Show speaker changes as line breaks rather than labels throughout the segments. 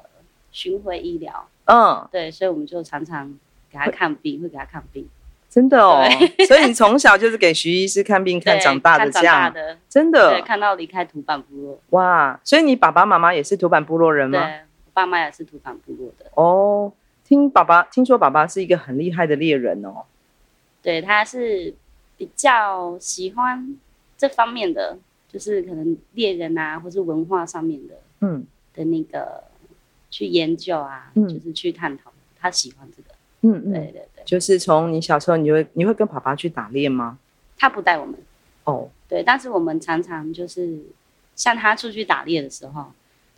巡回医疗，
嗯，
对，所以我们就常常给他看病，会给他看病，
真的哦。 所以你从小就是给徐医师看病看
对
长大的呃
看
这
长大
样，
的，
真
对，
的
看到离开土板部落，
哇！所以你爸爸妈妈也是土版部落人嗯
对，
吗？
我爸妈也是土板部落的，
哦，听爸爸听说爸爸是一个很厉害的猎人哦。
对，他是比较喜欢这方面的，就是可能猎人啊，或是文化上面的
嗯
的那个去研究啊，
嗯
就是去探讨，他喜欢这个，
嗯
对
嗯，
对对，
就是从你小时候，你就会你会跟爸爸去打猎吗？
他不带我们。
哦，
对，但是我们常常就是像他出去打猎的时候，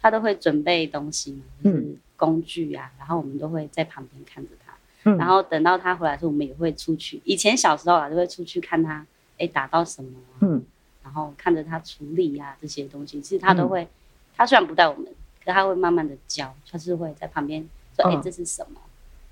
他都会准备东西嘛，就是
嗯
工具啊，然后我们都会在旁边看着他，
嗯
然后等到他回来的时候，我们也会出去。以前小时候啊，就会出去看他，哎，打到什么啊、
嗯
然后看着他处理啊这些东西，其实他都
嗯
会，他虽然不带我们，可他会慢慢的教，他是会在旁边说，哎、
嗯
这是什么，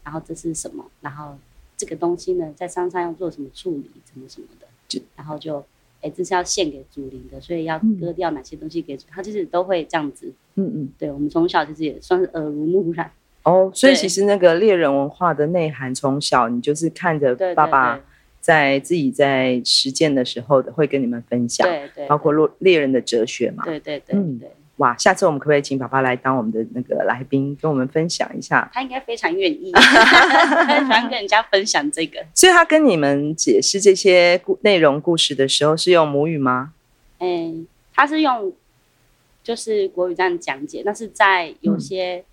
然后这是什么，然后这个东西呢，在山上要做什么处理，怎么什么的
就，
然后就，哎、这是要献给祖灵的，所以要
嗯
割掉哪些东西给祖，他就是都会这样子。
嗯嗯。
对我们从小其实也算是耳濡目染，
哦，所以
对
其实那个猎人文化的内涵，从小你就是看着
对对
爸爸在自己在实践的时候的会跟你们分享，
对对对，
包括猎猎人的哲学嘛。
对对对对
嗯哇，下次我们可不可以请爸爸来当我们的那个来宾，跟我们分享一下？
他应该非常 愿意，他很喜欢跟人家分享这个。
所以他跟你们解释这些故内容故事的时候是用母语吗？
嗯，他是用就是国语这样讲解，但是在有些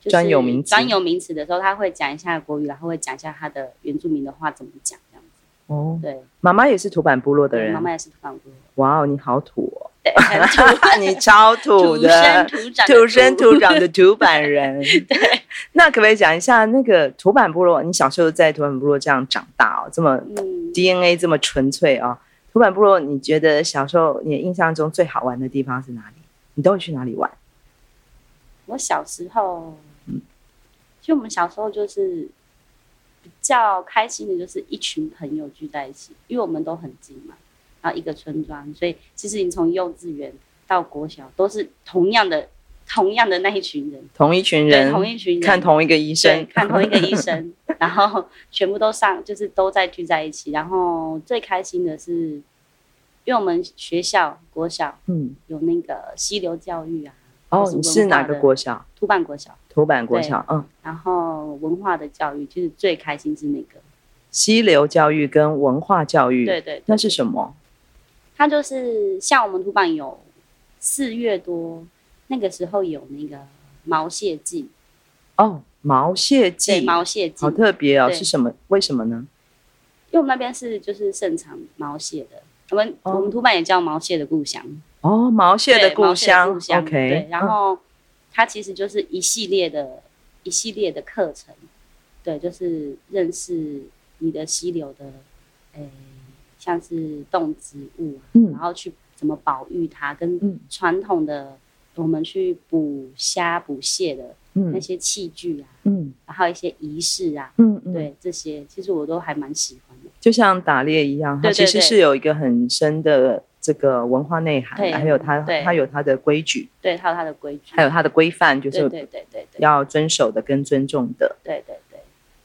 就是
嗯专有名词
专有名词的时候，他会讲一下国语，然后会讲一下他的原住民的话怎么讲，这样子。
哦，
对，
妈妈也是土版部落的人。
妈妈也是土生 土长，
哇哦，你好土哦！
对，很土
你超土
土
的
生，土长的
土生土长的土版 人。对，那可不可以讲一下那个土版部落？你小时候在土版部落这样长大哦，这么
嗯，
DNA 这么纯粹哦。土版部落，你觉得小时候你印象中最好玩的地方是哪里？你都会去哪里玩？
我小时候
嗯，
其实我们小时候就是比较开心的，就是一群朋友聚在一起，因为我们都很近嘛，然后一个村庄，所以其实你从幼稚园到国小都是同样的同样的那一群人，
同一群
对，
人，
同一群人，
看同一个医
对
生，
看同一个医生，然后全部都上，就是都在聚在一起。然后最开心的是，因为我们学校国小
嗯，
有那个溪流教育啊，
哦
或，是
你是
文化
哪个
的
国小？
土办国小，
头版国小，嗯，
然后文化的教育，就是最开心是那个，
溪流教育跟文化教育，
对对，
那是什么？
它就是像我们土版有四月多那个时候有那个毛蟹季，
哦，毛蟹
对
季，
毛蟹季，
好特别哦，
对
是什么？为什么呢？
因为我们那边是就是盛产毛蟹的，我们、
哦
我们土版也叫毛蟹的故乡，
哦，毛蟹
对
的故乡嗯
毛蟹的故
o
对
k，
然后它其实就是一系列的一系列的课程，对，就是认识你的溪流的，诶、像是动植物啊，
嗯
然后去怎么保育它，
嗯
跟传统的我们去捕虾捕蟹的那
嗯
些器具啊，
嗯
然后一些仪式啊，
嗯嗯，，
对这些，其实我都还蛮喜欢的。
就像打猎一样，它
对对
其实
对
是有一个很深的这个文化内涵
对
的，还有它
对
它有它的规矩，
对，还有它的规矩，
还有它的规范，就
对
是
对对对对
要遵守的跟尊重的。
对对对，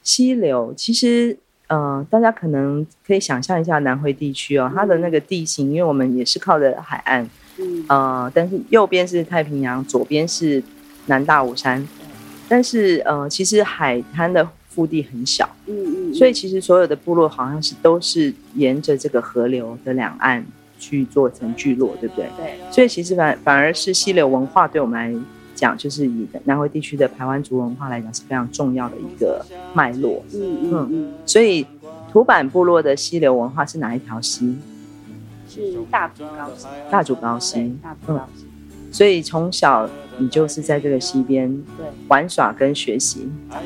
溪流其实，呃，大家可能可以想象一下南回地区哦，它的那个地形，因为我们也是靠着海岸，
嗯，
呃，但是右边是太平洋，左边是南大武山，但是呃，其实海滩的腹地很小，
嗯嗯，
所以其实所有的部落好像是都是沿着这个河流的两岸去做成聚落，对不对？
对。
所以其实反反而是溪流文化对我们来讲，就是以南回地区的排湾族文化来讲是非常重要的一个脉络。
嗯嗯嗯，
所以土坂部落的溪流文化是哪一条溪？
是大竹高山，
大竹高
对
溪，。嗯
大竹高山，
所以从小你就是在这个溪边
对，
玩耍跟学习啊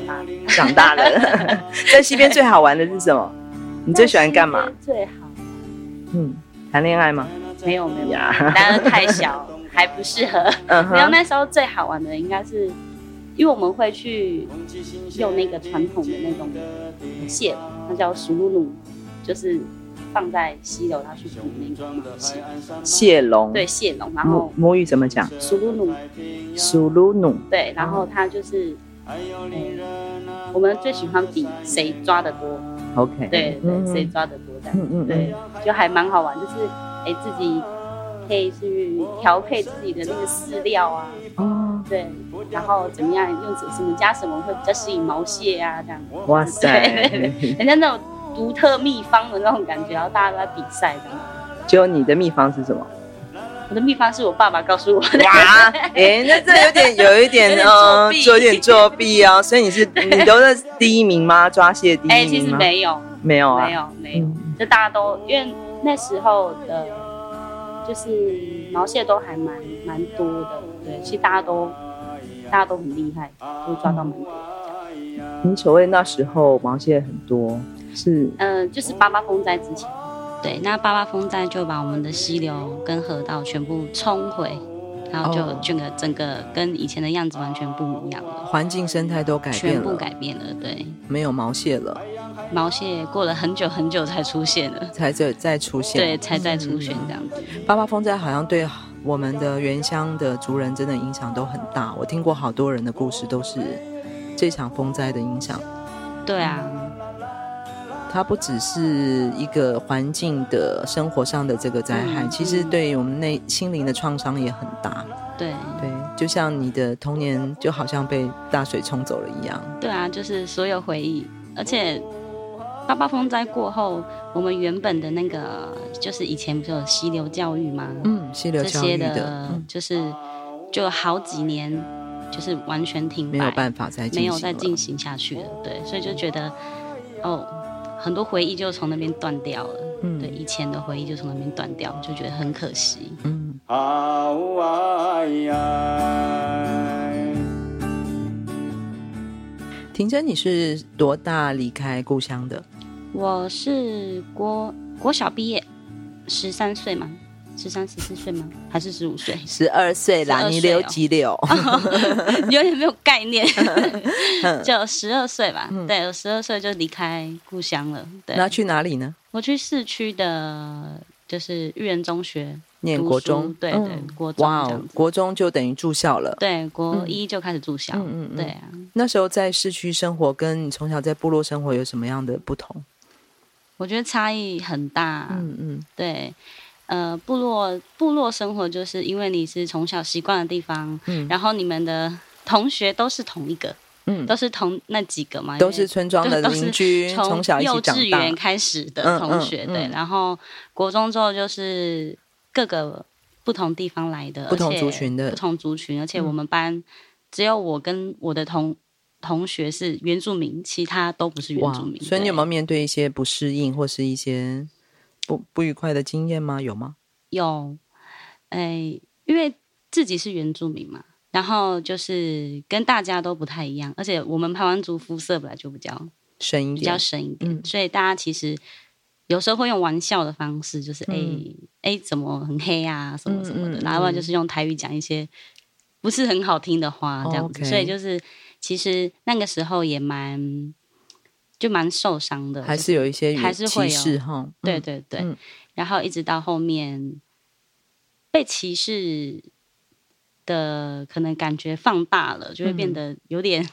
长大了。
长大 的。在溪边最好玩的是什么？你最喜欢干嘛？？
最好
嗯，谈恋爱吗？
没有没有，
呀
男儿太小，还不 适合。
嗯
没有，
哼，
那时候最好玩的应该是，因为我们会去用那个传统的那种蟹，那叫熟露露，就是放在溪流，它去捕那个嘛蟹，
蟹笼。
对蟹笼，然
母
后
母语怎么讲？
熟露露，
苏鲁努。
对，然后它就是，呃我们最喜欢比谁抓的多，
OK。
对
嗯
对，谁抓的多这样。
嗯嗯嗯
对，就还蛮好玩，就是哎、自己可以去调配自己的那个饲料啊，
哦，
对，然后怎么样用什什么加什么会比较吸引毛蟹啊这样，
哇 塞！
人家那种独特秘方的那种感觉，然后大家都在比赛这样。
就你的秘方是什么？
我的秘方是我爸爸告诉我的，
哇，哎、那这有点有一点
有点
嗯，
作弊
有点作弊哦。所以你是你都是第一名吗？抓蟹第
哎、
一
其
名
实
吗？
没有，
没有啊，
没有，没有
嗯，
就大家都因为那时候的，就是毛蟹都还蛮蛮多的，对，其实大家都大家都很厉害，都抓到蛮多的。
你所谓那时候毛蟹很多，是
呃，就是八八风灾之前。对，那八八风灾就把我们的溪流跟河道全部冲毁，然后就
哦
整个整个跟以前的样子完全不一样了，
环境生态都改
全部改变了。对，
没有毛蟹了，
毛蟹过了很久很久才出现了，
才再再出现。嗯
对，才再出现这样子。
八八风灾好像对我们的原乡的族人真的影响都很大。我听过好多人的故事，都是这场风灾的影响。
对啊，
它不只是一个环境的生活上的这个灾害，
嗯
其实对我们内心灵的创伤也很大。
对
对，就像你的童年就好像被大水冲走了一样。
对啊，就是所有回忆，而且。八八风灾过后，我们原本的那个就是以前不是有溪流教育吗？
嗯，溪流
这
教
些
育
的，
嗯、
就是就好几年，就是完全停摆，
没有办法再进
没
行
有再
了
进行下去了。对，所以就觉得哦，很多回忆就从那边断掉了。对，
嗯
以前的回忆就从那边断掉，就觉得很可惜。
嗯，
好哎哎。
婷珍，你是多大离开故乡的？
我是国国小毕业，十三岁吗？十三、十四岁吗？还是十五 岁？
十二岁啦，
12
你
岁
留
哦
几留？
有点没有概 念，
嗯
就十二岁吧。对，我十二岁就离开故乡了。 对，
那去哪里呢？
我去市区的，就是育人中学
念
读
国
书
中，
对
嗯
对，国中
哇
这
哦
样，子
国中就等于住校了。
对国
嗯
一就开始住校，
嗯嗯嗯
对啊，
那时候在市区生活，跟你从小在部落生活有什么样的不同？
我觉得差异很大，
嗯嗯，
对。呃，部落部落生活就是因为你是从小习惯的地方，
嗯
然后你们的同学都是同一个，
嗯，
都是同那几个嘛，
都是村庄的
啊对都是
邻居，从
从
小一起
幼
长
稚
大，
园开始
嗯
的同学，
嗯
对，
嗯
然后国中之后就是各个不同地方来的，
不同
而且
族群的嗯
不同族群，而且我们班只有我跟我的同同学是原住民，其他都不是原
哇
住民。，
所以你有
对
没有面对一些不适应或是一些不不愉快的经验吗？有吗？
有，哎，因为自己是原住民嘛，然后就是跟大家都不太一样，而且我们排湾族肤色本来就比较
深一
比较
点，
深一点，
嗯
所以大家其实有时候会用玩笑的方式，就是哎哎、诶怎么很黑啊什么什么的，
嗯嗯嗯
然后不然就是用台语讲一些不是很好听的话这样子，
OK
所以就是其实那个时候也蛮就蛮受伤的，
还
就是
有一些
还
语
是
歧
会有
视哈。嗯
对，对对，
嗯
然后一直到后面被歧视的可能感觉放大了，就会变得有点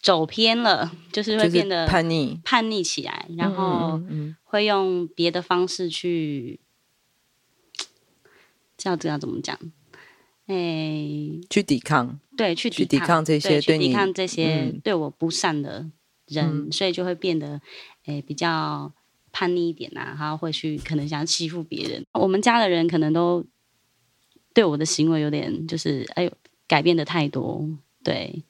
走偏了，就是
嗯
会
就
变
是
得
叛逆，
叛逆起来，然后
嗯嗯
会用别的方式去，这要这要怎么讲？诶，
嗯去抵抗，
对，去
去
抵
抵抗这些
对
对
去抵
你
抗这些
嗯
对我不善的人，
嗯
所以就会变得诶、比较叛逆一点啊，然后会去可能想欺负别人。我们家的人可能都对我的行为有点就是哎呦改变的太多，对，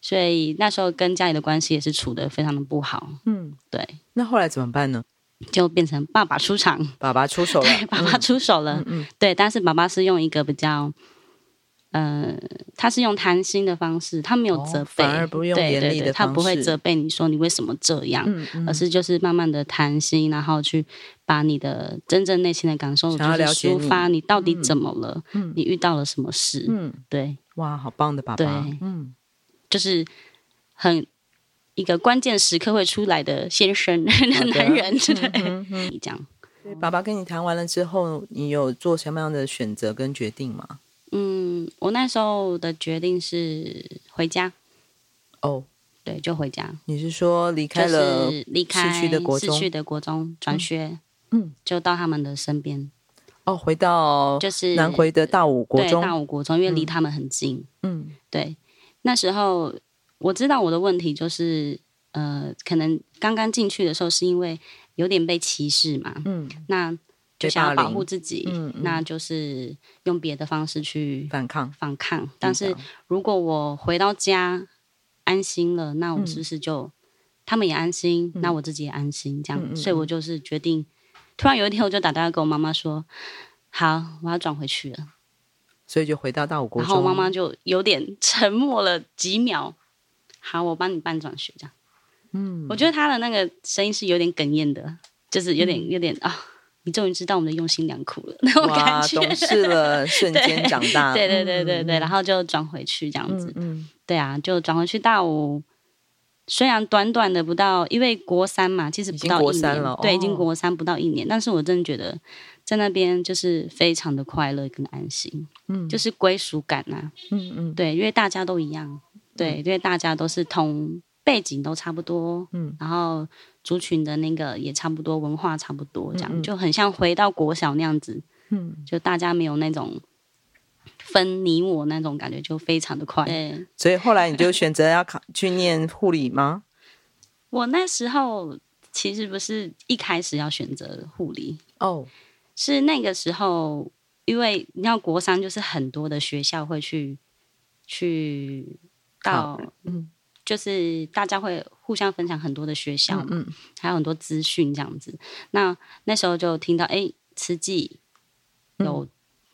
所以那时候跟家里的关系也是处的非常的不好，
嗯，
对，
那后来怎么办呢？
就变成爸爸出场，，
爸爸出手了
爸爸
嗯
出手了，
嗯嗯
对，但是爸爸是用一个比较，呃，他是用谈心的方式，他没有
哦
责备，
反而不用
对
严
对
厉
对
的
他
方
不会
式
责备你说你为什么这样，
嗯嗯
而是就是慢慢的谈心，然后去把你的真正内心的感受，
想要
就
了
是
解
抒
你
发你到底
嗯
怎么了，
嗯
你遇到了什么事，
嗯，
对，
哇，好棒的爸
对
爸，嗯，
就是很一个关键时刻会出来的先生
好的
男人，对，
嗯嗯嗯
这样。
所以爸爸跟你谈完了之后，你有做什么样的选择跟决定吗？
嗯，我那时候的决定是回家，
哦，
对，就回家。
你是说离开了
就是离开
市区的国中
市区的国中转学，
嗯
就到他们的身边，
哦，回到
就是
南回的大武国
对大
中，
武国中，因为离
嗯
他们很近。
嗯
对，那时候我知道我的问题就是，呃，可能刚刚进去的时候是因为有点被歧视嘛，
嗯，
那就
被
想要
霸
保
凌
护自己，
嗯嗯
那就是用别的方式去
反抗，
反抗。但是
抵挡
如果我回到家安心了，那我
嗯
是不是就、他们也安心，
嗯
那我自己也安心？这样，
嗯嗯
所以我就是决定，突然有一天我就打电话给我妈妈说。好，我要转回去了。
所以就回到大武国
然
中。
后我妈妈就有点 沉默了几秒。好，我帮你办转学这样。
嗯，
我觉得她的那个声音是有点哽咽的，就是有点、有点啊、你终于知道我们的用心良苦了 那种感
嗯哇，
觉。
懂事了，瞬间长大，
对对对对对，然
后
后就转回去这样子。
嗯嗯
对啊，就转回去大五，虽然短短的不到，因为国三嘛，其实不到
已经国
一
三
年，
了
对，
哦
已经国三不到一年，但是我真的觉得在那边就是非常的快乐跟安心，
嗯，
就是是归属感啊，
嗯嗯
对，因为大家都一样，对，因为大家都是同背景都差不多，
嗯，
然后族群的那个也差不多，文化差不多，这样
嗯嗯
就很像回到国小那样子，
嗯，
就大家没有那种分你我那种感觉，就非常的快乐，对。
所以后来你就选择要考去念护理吗？
我那时候其实不是一开始要选择护理，
哦，
是那个时候，因为你知道国三就是很多的学校会去去到，
嗯
就是大家会互相分享很多的学校嘛，
嗯
还有很多资讯这样子。那那时候就听到，哎，慈济有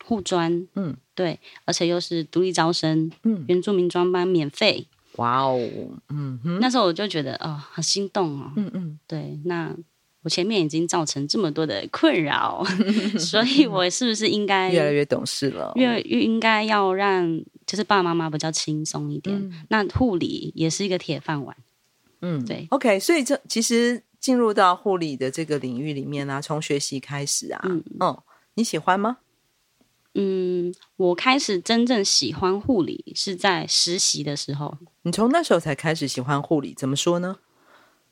护专，
嗯
对，而且又是独立招生，
嗯，
原住民专班免费。
哇哦，嗯哼，
那时候我就觉得，哦，好心动哦，
嗯嗯
对，那我前面已经造成这么多的困扰， 所以我是不是应该
越来越懂事了，
哎越越应该要让就是爸爸妈妈比较轻松一点？
嗯
那护理也是一个铁饭碗，
嗯
对
，OK，所以这其实进入到护理的这个领域里面啊，从学习开始啊，
嗯
哦，你喜欢吗？
嗯，我开始真正喜欢护理是在实习的时候，
你从那时候才开始喜欢护理，怎么说呢？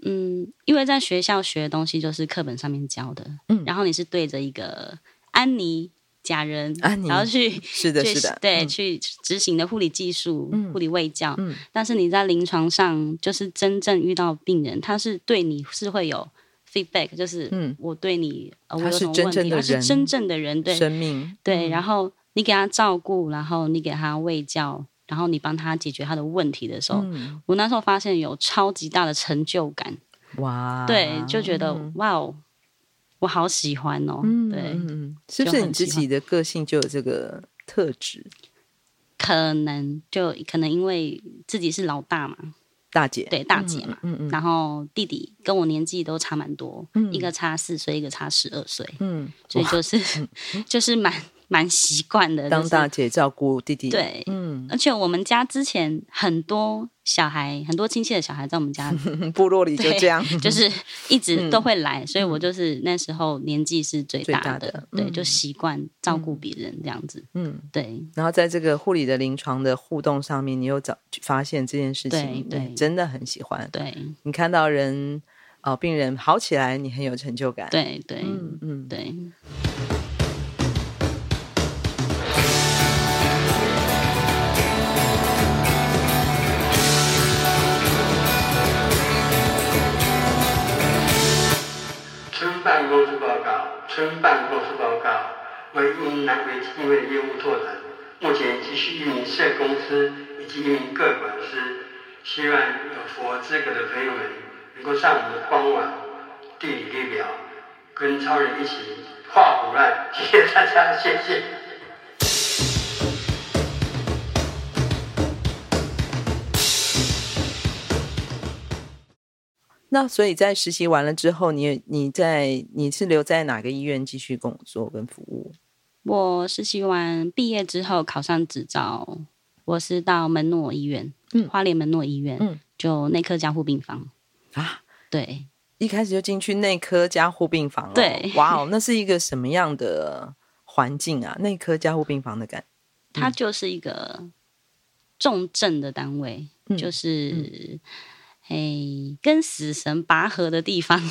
嗯，因为在学校学的东西就是课本上面教的，
嗯
然后你是对着一个安妮家人，
安妮
然后去
是的，
去
是的，
对，
嗯
去执行的护理技术、
嗯
护理卫教。
嗯
但是你在临床上，就是真正遇到病人，他是对你是会有 feedback，就是
嗯
我对你，呃、我
他
有
是
什么
真
问
正
题，
的
他是
人
真正的人，对
生嗯命，
对。然后你给他照顾，然后你给他喂教，然后你帮他解决他的问题的时候，
嗯，
我那时候发现有超级大的成就感，
哇，
对，就觉得、
啊嗯
哇哦，我好喜欢哦，
嗯，
对
嗯，嗯是不
就是很
你自
喜欢
己的个性就有这个特质，
可能就可能因为自己是老大嘛，
大姐？
对大姐嘛
嗯，嗯嗯
然后弟弟跟我年纪都差蛮多，
嗯
一个差四岁，一个差十二岁，
嗯，
所以就是 就是蛮蛮习惯的。
当
就是
大姐照顾弟弟，
对
嗯，
而且我们家之前很多小孩，很多亲戚的小孩在我们 家，
部落里就
呃对
这样，
就是一直都会来，所以我就是那时候年纪是最
嗯最
大
大
的，
的
对，
嗯
就习惯照顾别人这样子，
嗯。
对，
然后在这个护理的临床的互动上面，你又找发现这件事情，
对对
你真的很喜欢。
对，
你看到人呃病人好起来，你很有成就感。，
对，对，
嗯嗯，
对。
村办公室报告，村办公室报告，为因南北基金会业务拓展，目前急需一名社公司以及一名个管师，希望有符合资格的朋友们能够上我们的官网地理列表，跟超人一起画虎烂，谢谢大家，谢谢。
那所以在实习完了之后，你你在你是留在哪个医院继续工作跟服务？
我实习完毕业之后考上执照，我是到门诺医院，
嗯
花莲门诺医院，
嗯
就内科加护病房，
啊，
对，
一开始就进去内科加护病房了。
对
哇哦，那是一个什么样的环境啊？内科加护病房的感
它就是一个重症的单位，
嗯
就是。诶，跟死神拔河的地方，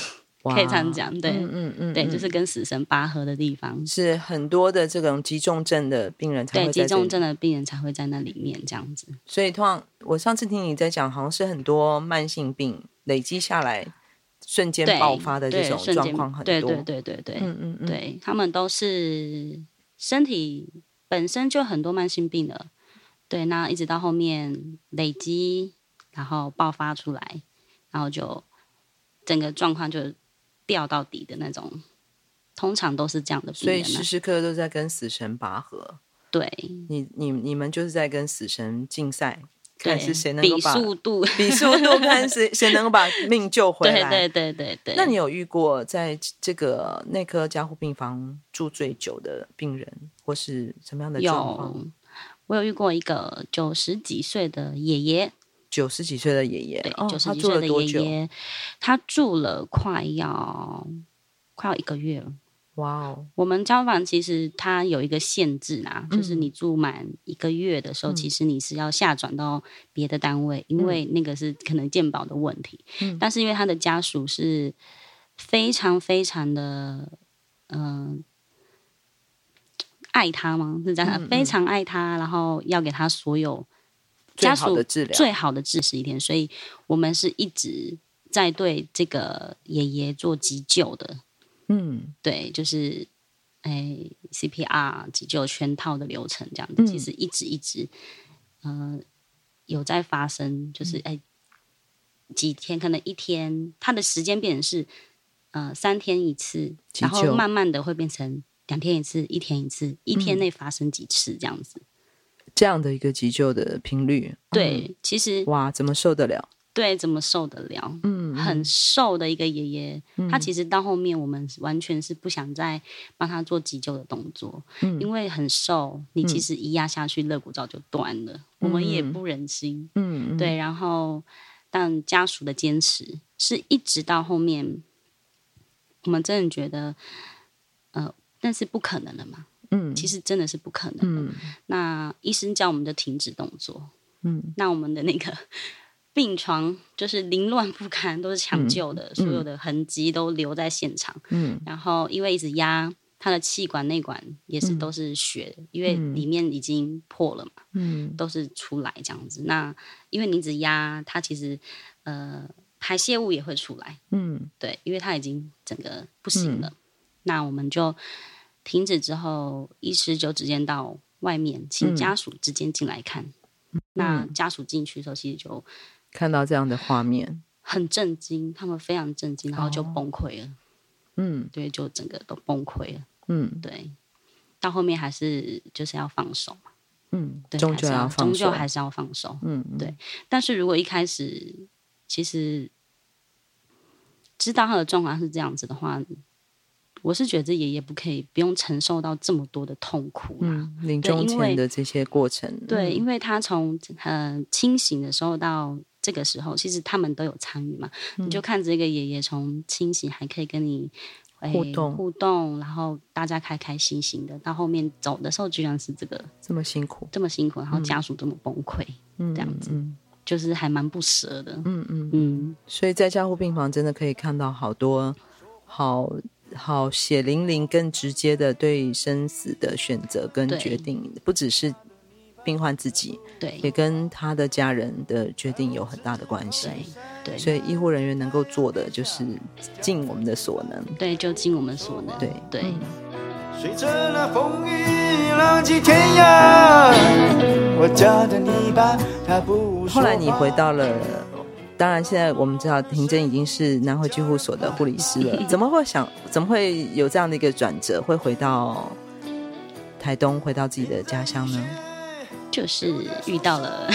哇
可以这样讲对
嗯嗯嗯，
对，
嗯
就是跟死神拔河的地方，
是很多的这种急重症的病人才
对，
会
急
在这
重
里。
症的病人才会在那里面这样子。
所以通常我上次听你在讲，好像是很多慢性病累积下来，瞬间
对
爆发的这
对
种
瞬
状
间
况很多。
对对对对对，
嗯嗯嗯，
对他们都是身体本身就很多慢性病的，对，那一直到后面累积，然后爆发出来，然后就整个状况就掉到底的那种，通常都是这样的病
所以
人、
时
啊。
时刻刻都在跟死神拔河。
对，
你你你们就是在跟死神竞赛，看
对，
是谁能够
比
把
速度，
比速度，看谁谁能够把命救回
对
来。
对对对对。
那你有遇过在这个内科加护病房住最久的病人，或是什么样的状况？
有？我有遇过一个九十几岁的爷爷，
九十几岁的爷爷，
对，
哦
九，十
他
几
住
岁
了
的
多
爷
久？
爷，他住了快要快要一个月了。
哇哦，
我们交房其实它有一个限制啊，就是
嗯
你住满一个月的时候，其实你是要下转到别的单位，因为那个是可能健保的问题。
嗯
但是因为他的家属是非常非常的，嗯、爱他吗？是这样，
嗯嗯
非常爱他，然后要给他所有
最
家
好
属
的治疗，
最好的治十一天，所以我们是一直在对这个爷爷做急救的，
嗯。
对，就是哎 CPR 急救全套的流程这样子，
嗯
其实一直一直，呃，有在发生，
嗯
就是哎、几天可能一天，它的时间变成是呃三天一次，
急
然
救
后慢慢的会变成两天一次，一天一次，一
嗯
天内发生几次这样子。
这样的一个急救的频率，
对，其实
嗯哇，怎么受得了？
对怎么受得了？
嗯，
很瘦的一个爷爷，他其实到后面我们完全是不想再帮他做急救的动作，
嗯
因为很瘦，你其实一压下去肋骨早就断了，我们也不忍心。
嗯，嗯，
对，然后但家属的坚持是一直到后面，我们真的觉得，呃，那是不可能的嘛，
嗯，
其实真的是不可能的。
嗯
那医生叫我们就停止动作，
嗯，
那我们的那个 病床就是凌乱不堪，都是抢救的，所有的痕迹都留在现场。
嗯
然后因为一直压，它的气管、内管也是都是血，因为里面已经破了嘛，
嗯
都是出来这样子。那因为你只压它，其实呃排泄物也会出来，
嗯
对，因为它已经整个不行了。那我们就停止之后，医师就直接到外面，请
嗯
家属直接进来看。那家属进去的时候，其实就
看到这样的画面，
很震惊，他们非常震惊，然后就
哦
崩溃了，
嗯
对，就整个都崩溃了，
嗯
对。到后面还是就是要放手嘛，
嗯，
对，
终
还
究
是
要放
终究
手
还是要放手。
嗯嗯
对但是如果一开始其实知道他的状况是这样子的话，我是觉得这爷爷不可以不用承受到这么多的痛苦啦。
嗯，临
对
终
因
前
为
的这些过程，
对，
嗯
因为他从呃清醒的时候到这个时候，其实他们都有参与嘛。你
嗯
就看这个爷爷从清醒还可以跟你、哎
互动
互动，然后大家开开心心的，到后面走的时候居然是这个
嗯这么辛苦，
这么辛苦，然后家属这么崩溃，
嗯，
这样子
嗯
就是还蛮不舍的。
嗯嗯嗯，
嗯，
所以在加护病房真的可以看到好多好好血淋淋、更直接的对生死的选择跟
对
决定，不只是病患自己，
对
也跟他的家人的决定有很大的关系。
对对，
所以医护人员能够做的就是尽我们的所能。
对，就尽我们所能。
对
对。
嗯
随着那风雨浪迹天涯，我家的泥巴它不说
后
话
来你回到了，当然现在我们知道婷珍已经是南汇救护所的护理师 了，怎么会想，怎么会有这样的一个转折，会回到台东，回到自己的家乡呢？
就是遇到 了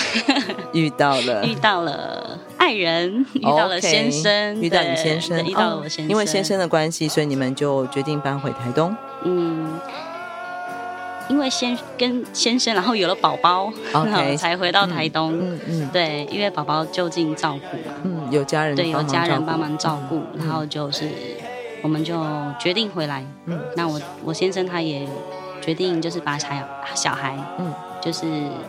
遇到了
遇到了爱人， 遇到了
OK，
先生
遇到你
对
先生，
对遇到了
哦
我先生，
因为先生的关系，所以你们就决定搬回台东。
嗯，因为先跟先生，然后有了宝宝
OK
然后才回到台东。
嗯嗯
对，因为宝宝就近照顾嘛，
嗯，有家人
对，有
帮忙
家
照
人
顾
帮忙照顾，
嗯
然后就是我们就决定回来。
嗯
那我我先生他也决定就是把小小孩，
嗯，
就是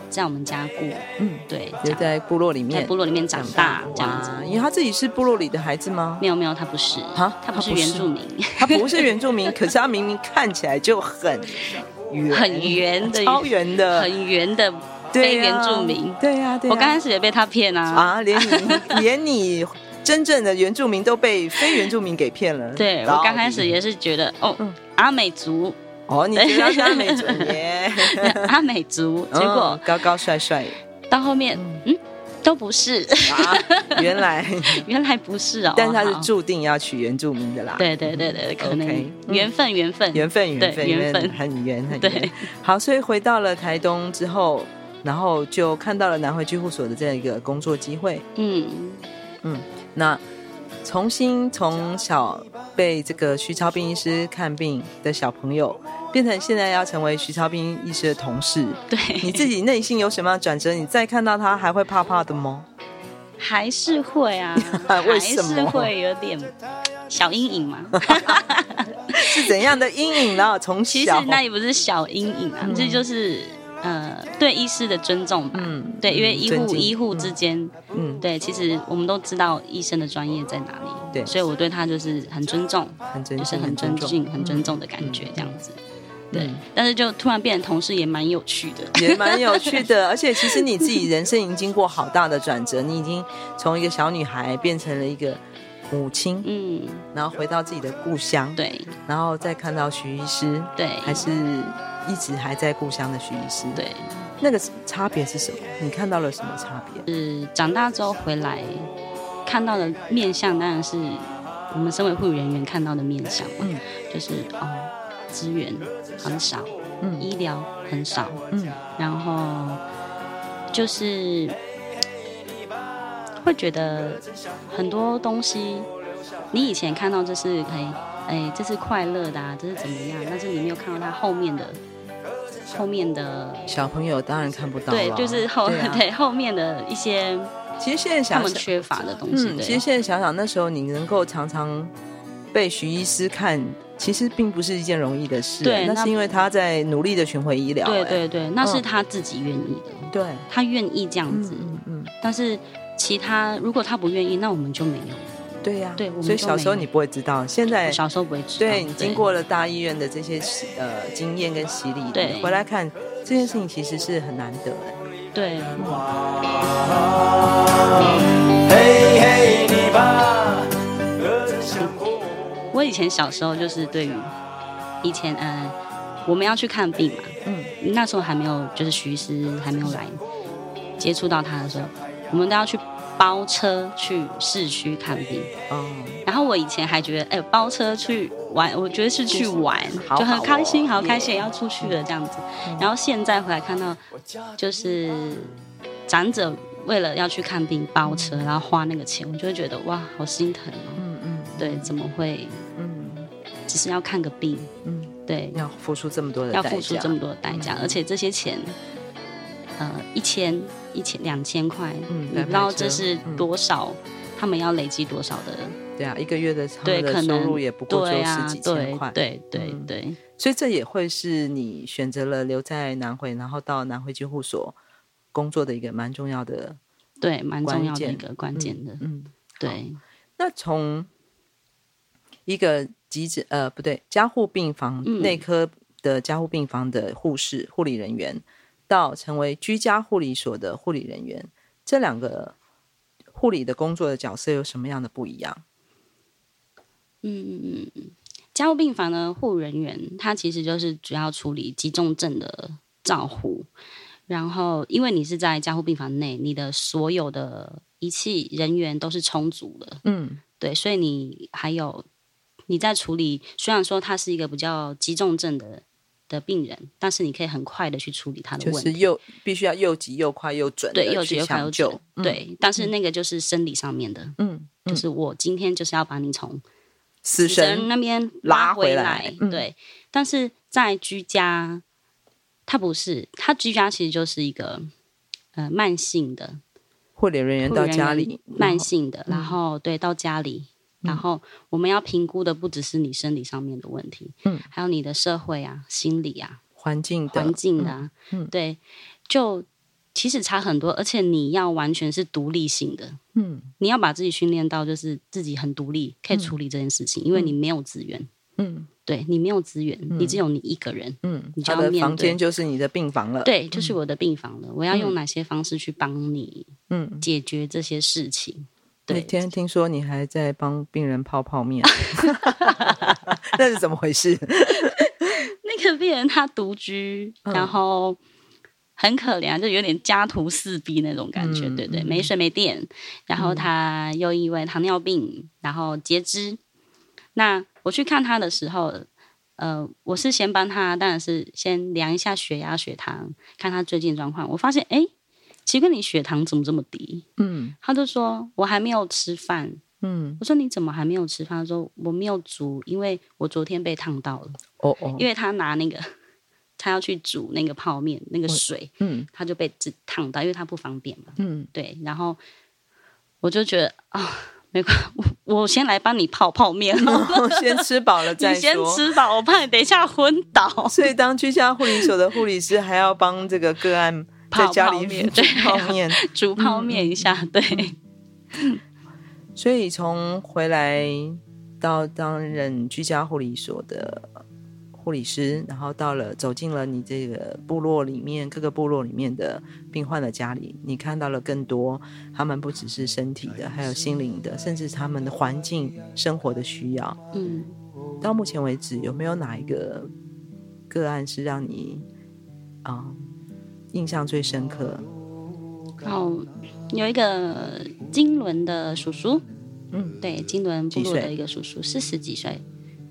在我们家顾，
嗯，
对，
留在
在
部落里
在
面
部落里面长大这样子
哇。因为他自己是部落里的孩子吗？
没有没有，他不是
啊
他
他
不是
不是
原 住民，
他不是原住民，可是他明明看起来就很圆，
很圆的
超圆的，
很圆的
对
非
呀
原住民。
对呀、对呀、
我刚开始也被他骗啊，
啊，连你连你真正的原住民都被非原住民给骗了。
对
到
我
底
刚开始也是觉得哦
嗯，
阿 美族，
哦，你觉得他美准 耶？
阿美族，结
嗯
果
高高帅帅
到后面嗯都不是，
啊，原来，
原来不是 哦，
但是他是
好
注定要娶原住民的啦。
对对对对，可
OK，
能
嗯
缘分缘分
缘分，缘分，
对缘分
很圆，很圆
对。
好，所以回到了台东之后，然后就看到了南回居护所的这样一个工作机会。
嗯
那重新从小被这个徐超斌医师看病的小朋友，变成现在要成为徐超斌医师的同 事，你
对，
自己内心有什么样的转折？你再看到他还会怕怕的吗？，
还是会啊 还
为什么
是会有点小阴 影嘛。
是怎样的阴影呢？从
其实
小，
那也不是小阴影啊，这就是呃对医师的尊重吧。
嗯
对，因为医
尊
护
敬
医护之间，
嗯，
对，其实我们都知道医生的专业在哪里，
对
所以我对他就是很尊重，
很尊
就
敬，
是很尊
重，
敬、很尊重的感觉这样子。对
嗯，
但是就突然变成同事也蛮有趣的。
也蛮有趣的。而且其实你自己人生已经经过好大的转折，你已经从一个小女孩变成了一个母亲，
嗯，
然后回到自己的故乡，，
对
然后再看到徐医师，
对，
还是一直还在故乡的徐医师，，
对，
那个差别是什么？你看到了什么差别？
是长大之后回来看到的面相，当然是我们身为护理人员看到的面相嘛，
嗯
就是哦，资源很少，
嗯
医疗很少，
嗯
然后就是会觉得很多东西，你以前看到这是哎哎这是快乐的啊，这是怎么样，但是你没有看到它后面的后面的。
小朋友当然看不到了，
对，就是后
对,、
对,、
啊、
后面的一些
其实现在
他
想
们
想，
缺乏的东西。
嗯，
对
其实现在想想，那时候你能够常常被徐医师看，其实并不是一件容易的事，啊
对
那
那
是因为他在努力的巡回医疗、
对
哎
对对，那是他自己愿意的，
对，
他愿意这样
嗯
子。
嗯嗯
但是其他如果他不愿意，那我们就没有。
对呀、
对我们
所以
都
小时候
没有
你不会知道，现在
我小时候不会知道，
对你经过了大医院的这些洗呃经验跟洗礼，
对
你回来看这件事情其实是很难得的。
对，对
嘿嘿，你把恶想过。
我以前小时候就是对于以前呃，我们要去看病嘛，
嗯，
那时候还没有就是徐医师还没有来接触到他的时候，我们都要去包车去市区看病。
哦，
然后我以前还觉得，哎、包车去玩，我觉得是去玩，
好
就很
好
开心，
哦嗯
好开心，要出去了这样子。然后现在回来看到，就是长者为了要去看病包车，然后花那个钱，我就会觉得哇，好心疼哦。
嗯嗯
对，怎么会
嗯
只是要看个病？
嗯，
对，
要付出这么多的代
要
价，
付出这么多的代价，
嗯
而且这些钱，呃，一千、一千、两千块，
嗯
你
白
不知道
白车
这是
嗯
多少，他们要累积多少的，
对啊，一个月的他
对，
们
可
的收
能
入也不过
对
就
啊
十几千块，
对对
嗯
对
所以这也会是你选择了留在南汇，然后到南汇监护所工作的一个蛮重要的
对对，蛮重要
关
的
键
一个关键的，
嗯，
对
那从一个急诊呃不对，加护病房、
嗯
内科的加护病房的护士、护理人员，到成为居家护理所的护理人员，这两个护理的工作的角色有什么样的不一样？
嗯嗯嗯嗯。加护病房的护人员，他其实就是主要处理急重症的照护。然后，因为你是在加护病房内，你的所有的仪器人员都是充足的，
嗯
对，所以你还有你在处理，虽然说他是一个比较急重症的的病人，但是你可以很快的去处理他的
就
问题，
是又必须要又急又快又准
对，
的
又急
去
又快又
抢救
准，，对，但是那个就是生理上面的，
嗯，嗯，
就
就是
是我今天就是要把你从
死
死
神
那边
拉
回
回来嗯
对，但是在居家，他不是，他居家其实就是一个呃慢性的，
护理人员到家里，然
慢
后嗯
性的，然后对到家里，然后我们要评估的不只是你生理上面的问题，
嗯，
还有你的社会啊、心理啊、
环境的
环境啊，
嗯嗯
对，就其实差很多，而且你要完全是独立性的，
嗯
你要把自己训练到就是自己很独立，可以处理这件事情，因为你没有资源，
嗯
对你没有资源，
嗯
你只有你一个人，
嗯
你，就
他
要
的
面
房
对
间就是你的病房了，，
对，就是我的病房了，我要
嗯
用哪些方式去帮你
嗯。
解决这些事情？
那
对，
天听说你还在帮病人泡泡 面，那是怎么回事？
那个病人他独居，
嗯
然后很可怜啊，就有点家徒四壁那种感觉，
嗯
对对，
嗯
没水没电，然后他又因为糖尿病，然后截肢。那我去看他的时候，呃，我是先帮他，当然是先量一下血压、血糖，看他最近状况。我发现，哎，奇哥，你血糖怎么这么低？
嗯
他就说我还没有吃饭。
嗯，
我说你怎么还没有吃饭？他说我没有煮，因为我昨天被烫到了。
哦哦，
因为他拿那个，他要去煮那个泡面那个水，
嗯
他就被自烫到，因为他不方便嘛。
嗯
对，然后我就觉得啊、没关我我先来帮你泡泡面，哦
嗯，先吃饱了再
你先
说。
吃吧，我怕你等一下昏 倒。
所以，当居家护理所的护理师还要帮这个个案在
泡
家
泡
里
面
煮
对
泡面，
煮泡面一下，
嗯
对
所以从回来到担任居家护理所的护理师，然后到了走进了你这个部落里面各个部落里面的病患的家里，你看到了更多他们不只是身体的，还有心灵的，甚至他们的环境生活的需要。
嗯。
到目前为止，有没有哪一个个案是让你啊、印象最深刻？
然后有一个金轮的叔叔，
嗯，
对，金轮部落
几
的
岁
一个叔叔，四十几岁，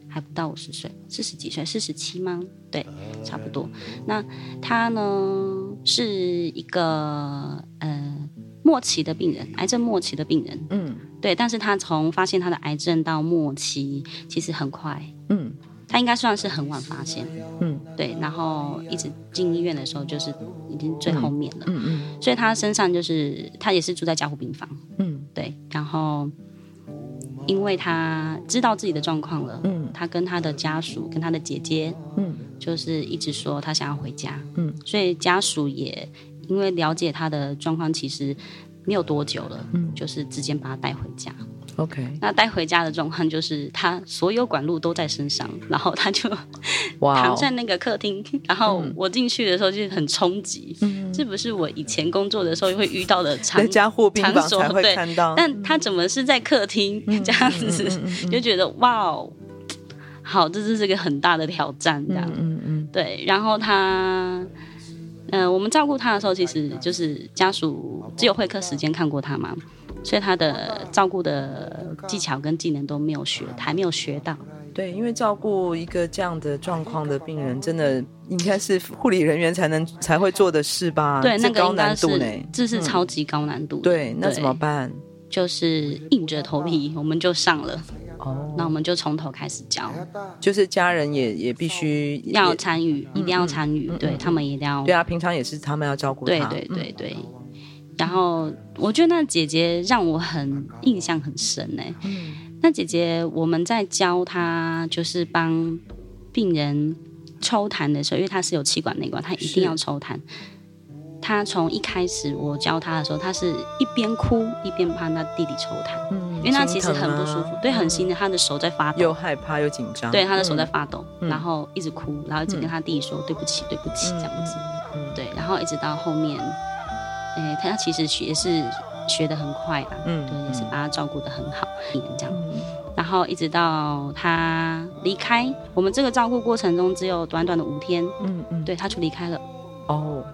还不到五十岁，四十几岁，四十七吗？对，差不多。那他呢是一个呃末期的病人，癌症末期的病人，
嗯
对，但是他从发现他的癌症到末期，其实很快，
嗯
他应该算是很晚发现，
嗯
对，然后一直进医院的时候就是已经最后面了，
嗯嗯
所以他身上就是他也是住在加护病房，
嗯
对，然后因为他知道自己的状况了，
嗯
他跟他的家属跟他的姐姐
嗯
就是一直说他想要回家，
嗯，
所以家属也因为了解他的状况，其实没有多久了，
嗯
就是直接把他带回家。
，OK，
那带回家的状况就是他所有管路都在身上，然后他就
哇
躺
哦，
在那个客厅， 然后
嗯
我进去的时候就很冲击，
嗯
这不是我以前工作的时候会遇到的场
在家护 病
场
房
所
才会
对
看到，
但他怎么是在客厅、
嗯
这样子，就觉得哇哦，好，这是这个很大的挑战这样。
嗯嗯
对，然后他，嗯、我们照顾他的时候，其实就是家属只有会客时间看过他嘛，所以他的照顾的技巧跟技能都没有学，还没有学到。
嗯，对，因为照顾一个这样的状况的病人，真的应该是护理人员才能才会做的事吧？
对，那
这
个
高
应该
难
是
度呢？
这
嗯
是超级高难度的、
对，那怎么办？
就是硬着头皮，我们就上了，
哦，
那我们就从头开始教，
就是家人也也必须
要
也
参与，一定要参与，对他们一定要
对啊，平常也是他们要照顾
嗯对啊
他，
对
嗯
对对。然后我觉得那姐姐让我很印象很深呢、那姐姐我们在教她，就是帮病人抽痰的时候，因为她是有气管内管，她一定要抽痰。她从一开始我教她的时候，她是一边哭一边帮她弟弟抽痰，
嗯
因为她其实很不舒服，对，很心疼，啊她的手在发抖，
啊又害怕又紧张，
对，他的
嗯
手在发抖，然后一直哭，然后一直跟他弟说、对不起，对不起这样
嗯
子，对，然后一直到后面，哎、他其实学也是学的很快啦，
嗯
对，也是把他照顾的很好，这样，然后一直到他离开，我们这个照顾过程中只有短短的五天，
嗯嗯，
对，他就离开了，
哦，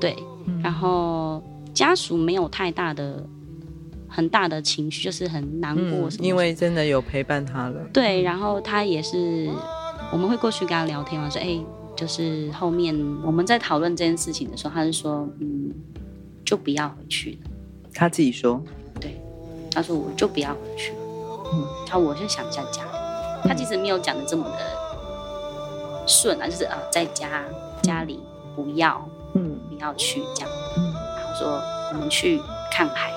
对，然后家属没有太大的很大的情绪，就是很难过
嗯
什么，
因为真的有陪伴他了，
对，然后他也是，我们会过去跟他聊天嘛，说哎、就是后面我们在讨论这件事情的时候，他是说，嗯，就不要回去了。
他自己说，
他说我就不要回去了，嗯，他说我就想在家里。他其实没有讲的这么的顺啊，就是啊，在家家里不要
嗯
不要去这样，然后说我们去看海，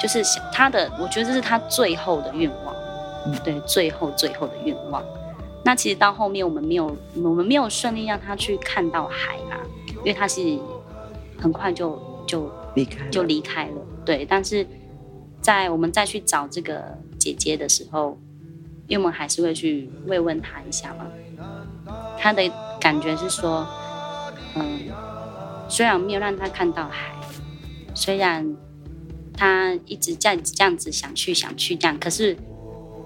就是想他的，我觉得这是他最后的愿望，对，最后最后的愿望。那其实到后面我们没有，我们没有顺利让他去看到海啦，因为他是很快就就
离开了
就离开了，对。但是在我们再去找这个姐姐的时候，因为我们还是会去慰问她一下嘛，她的感觉是说，嗯，虽然没有让他看到海，虽然他一直在这样子想去想去这样，可是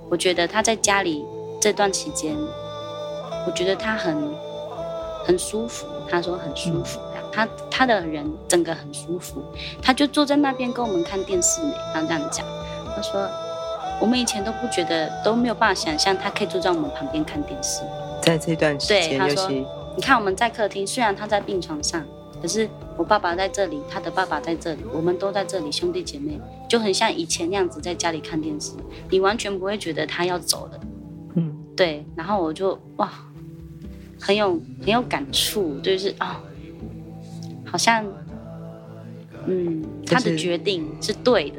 我觉得他在家里这段期间，我觉得他很很舒服。他说很舒服，这样他他的人整个很舒服，他就坐在那边跟我们看电视呢。他这样讲，他说我们以前都不觉得都没有办法想象他可以坐在我们旁边看电视。
在这段时
对
间，
他
尤
说
其
你看我们在客厅，虽然他在病床上，可是我爸爸在这里，他的爸爸在这里，我们都在这里，兄弟姐妹就很像以前那样子在家里看电视，你完全不会觉得他要走了。
嗯，
对。然后我就哇，很有很有感触，就是啊、好像嗯，
就
他
是
的决定是对的。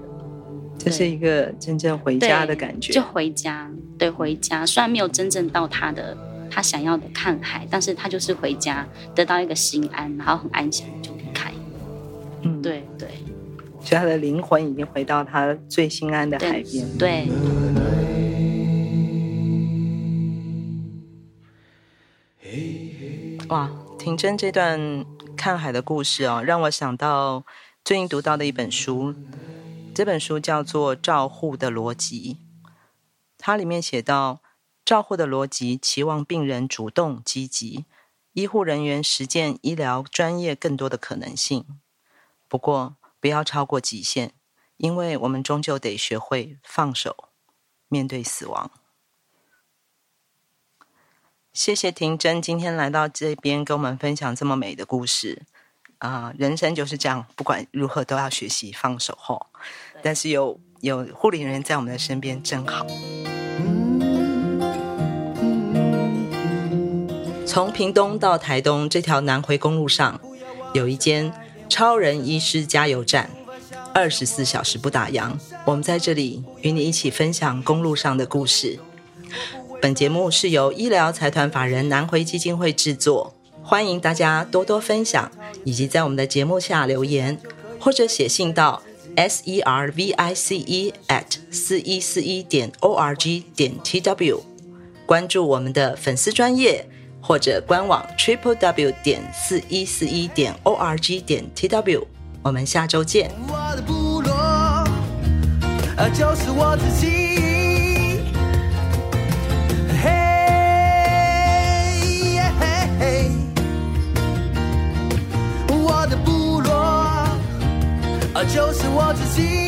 这是一个真正回家的感
就
觉，
回家，对，回家。虽然没有真正到他的他想要的看海，但是他就是回家，得到一个心安，然后很安详地就离开。
嗯，，
对对
所以他的灵魂已经回到他最心安的海
对
边。
对，
哇，婷真这段看海的故事哦，让我想到最近读到的一本书，这本书叫做《照护的逻辑》，它里面写到，照护的逻辑期望病人主动积极，医护人员实践医疗专业更多的可能性。不过，不要超过极限，因为我们终究得学会放手，面对死亡。谢谢婷真今天来到这边跟我们分享这么美的故事啊、人生就是这样，不管如何都要学习放手后，但是有有护理人员在我们的身边真好。从屏东到台东这条南回公路上，有一间超人医师加油站，二十四小时不打烊。我们在这里与你一起分享公路上的故事。本节目是由医疗财团法人南回基金会制作，欢迎大家多多分享，以及在我们的节目下留言，或者写信到 s e r v i c e at 四一四一点 o r g 点 t w，关注我们的粉丝专业或者官网 triple w 点四一四一点 o r g 点 t w，我们下周见。
我的部落，呃，就是我自己。嘿，耶嘿嘿，我的部落，呃，就是我自己。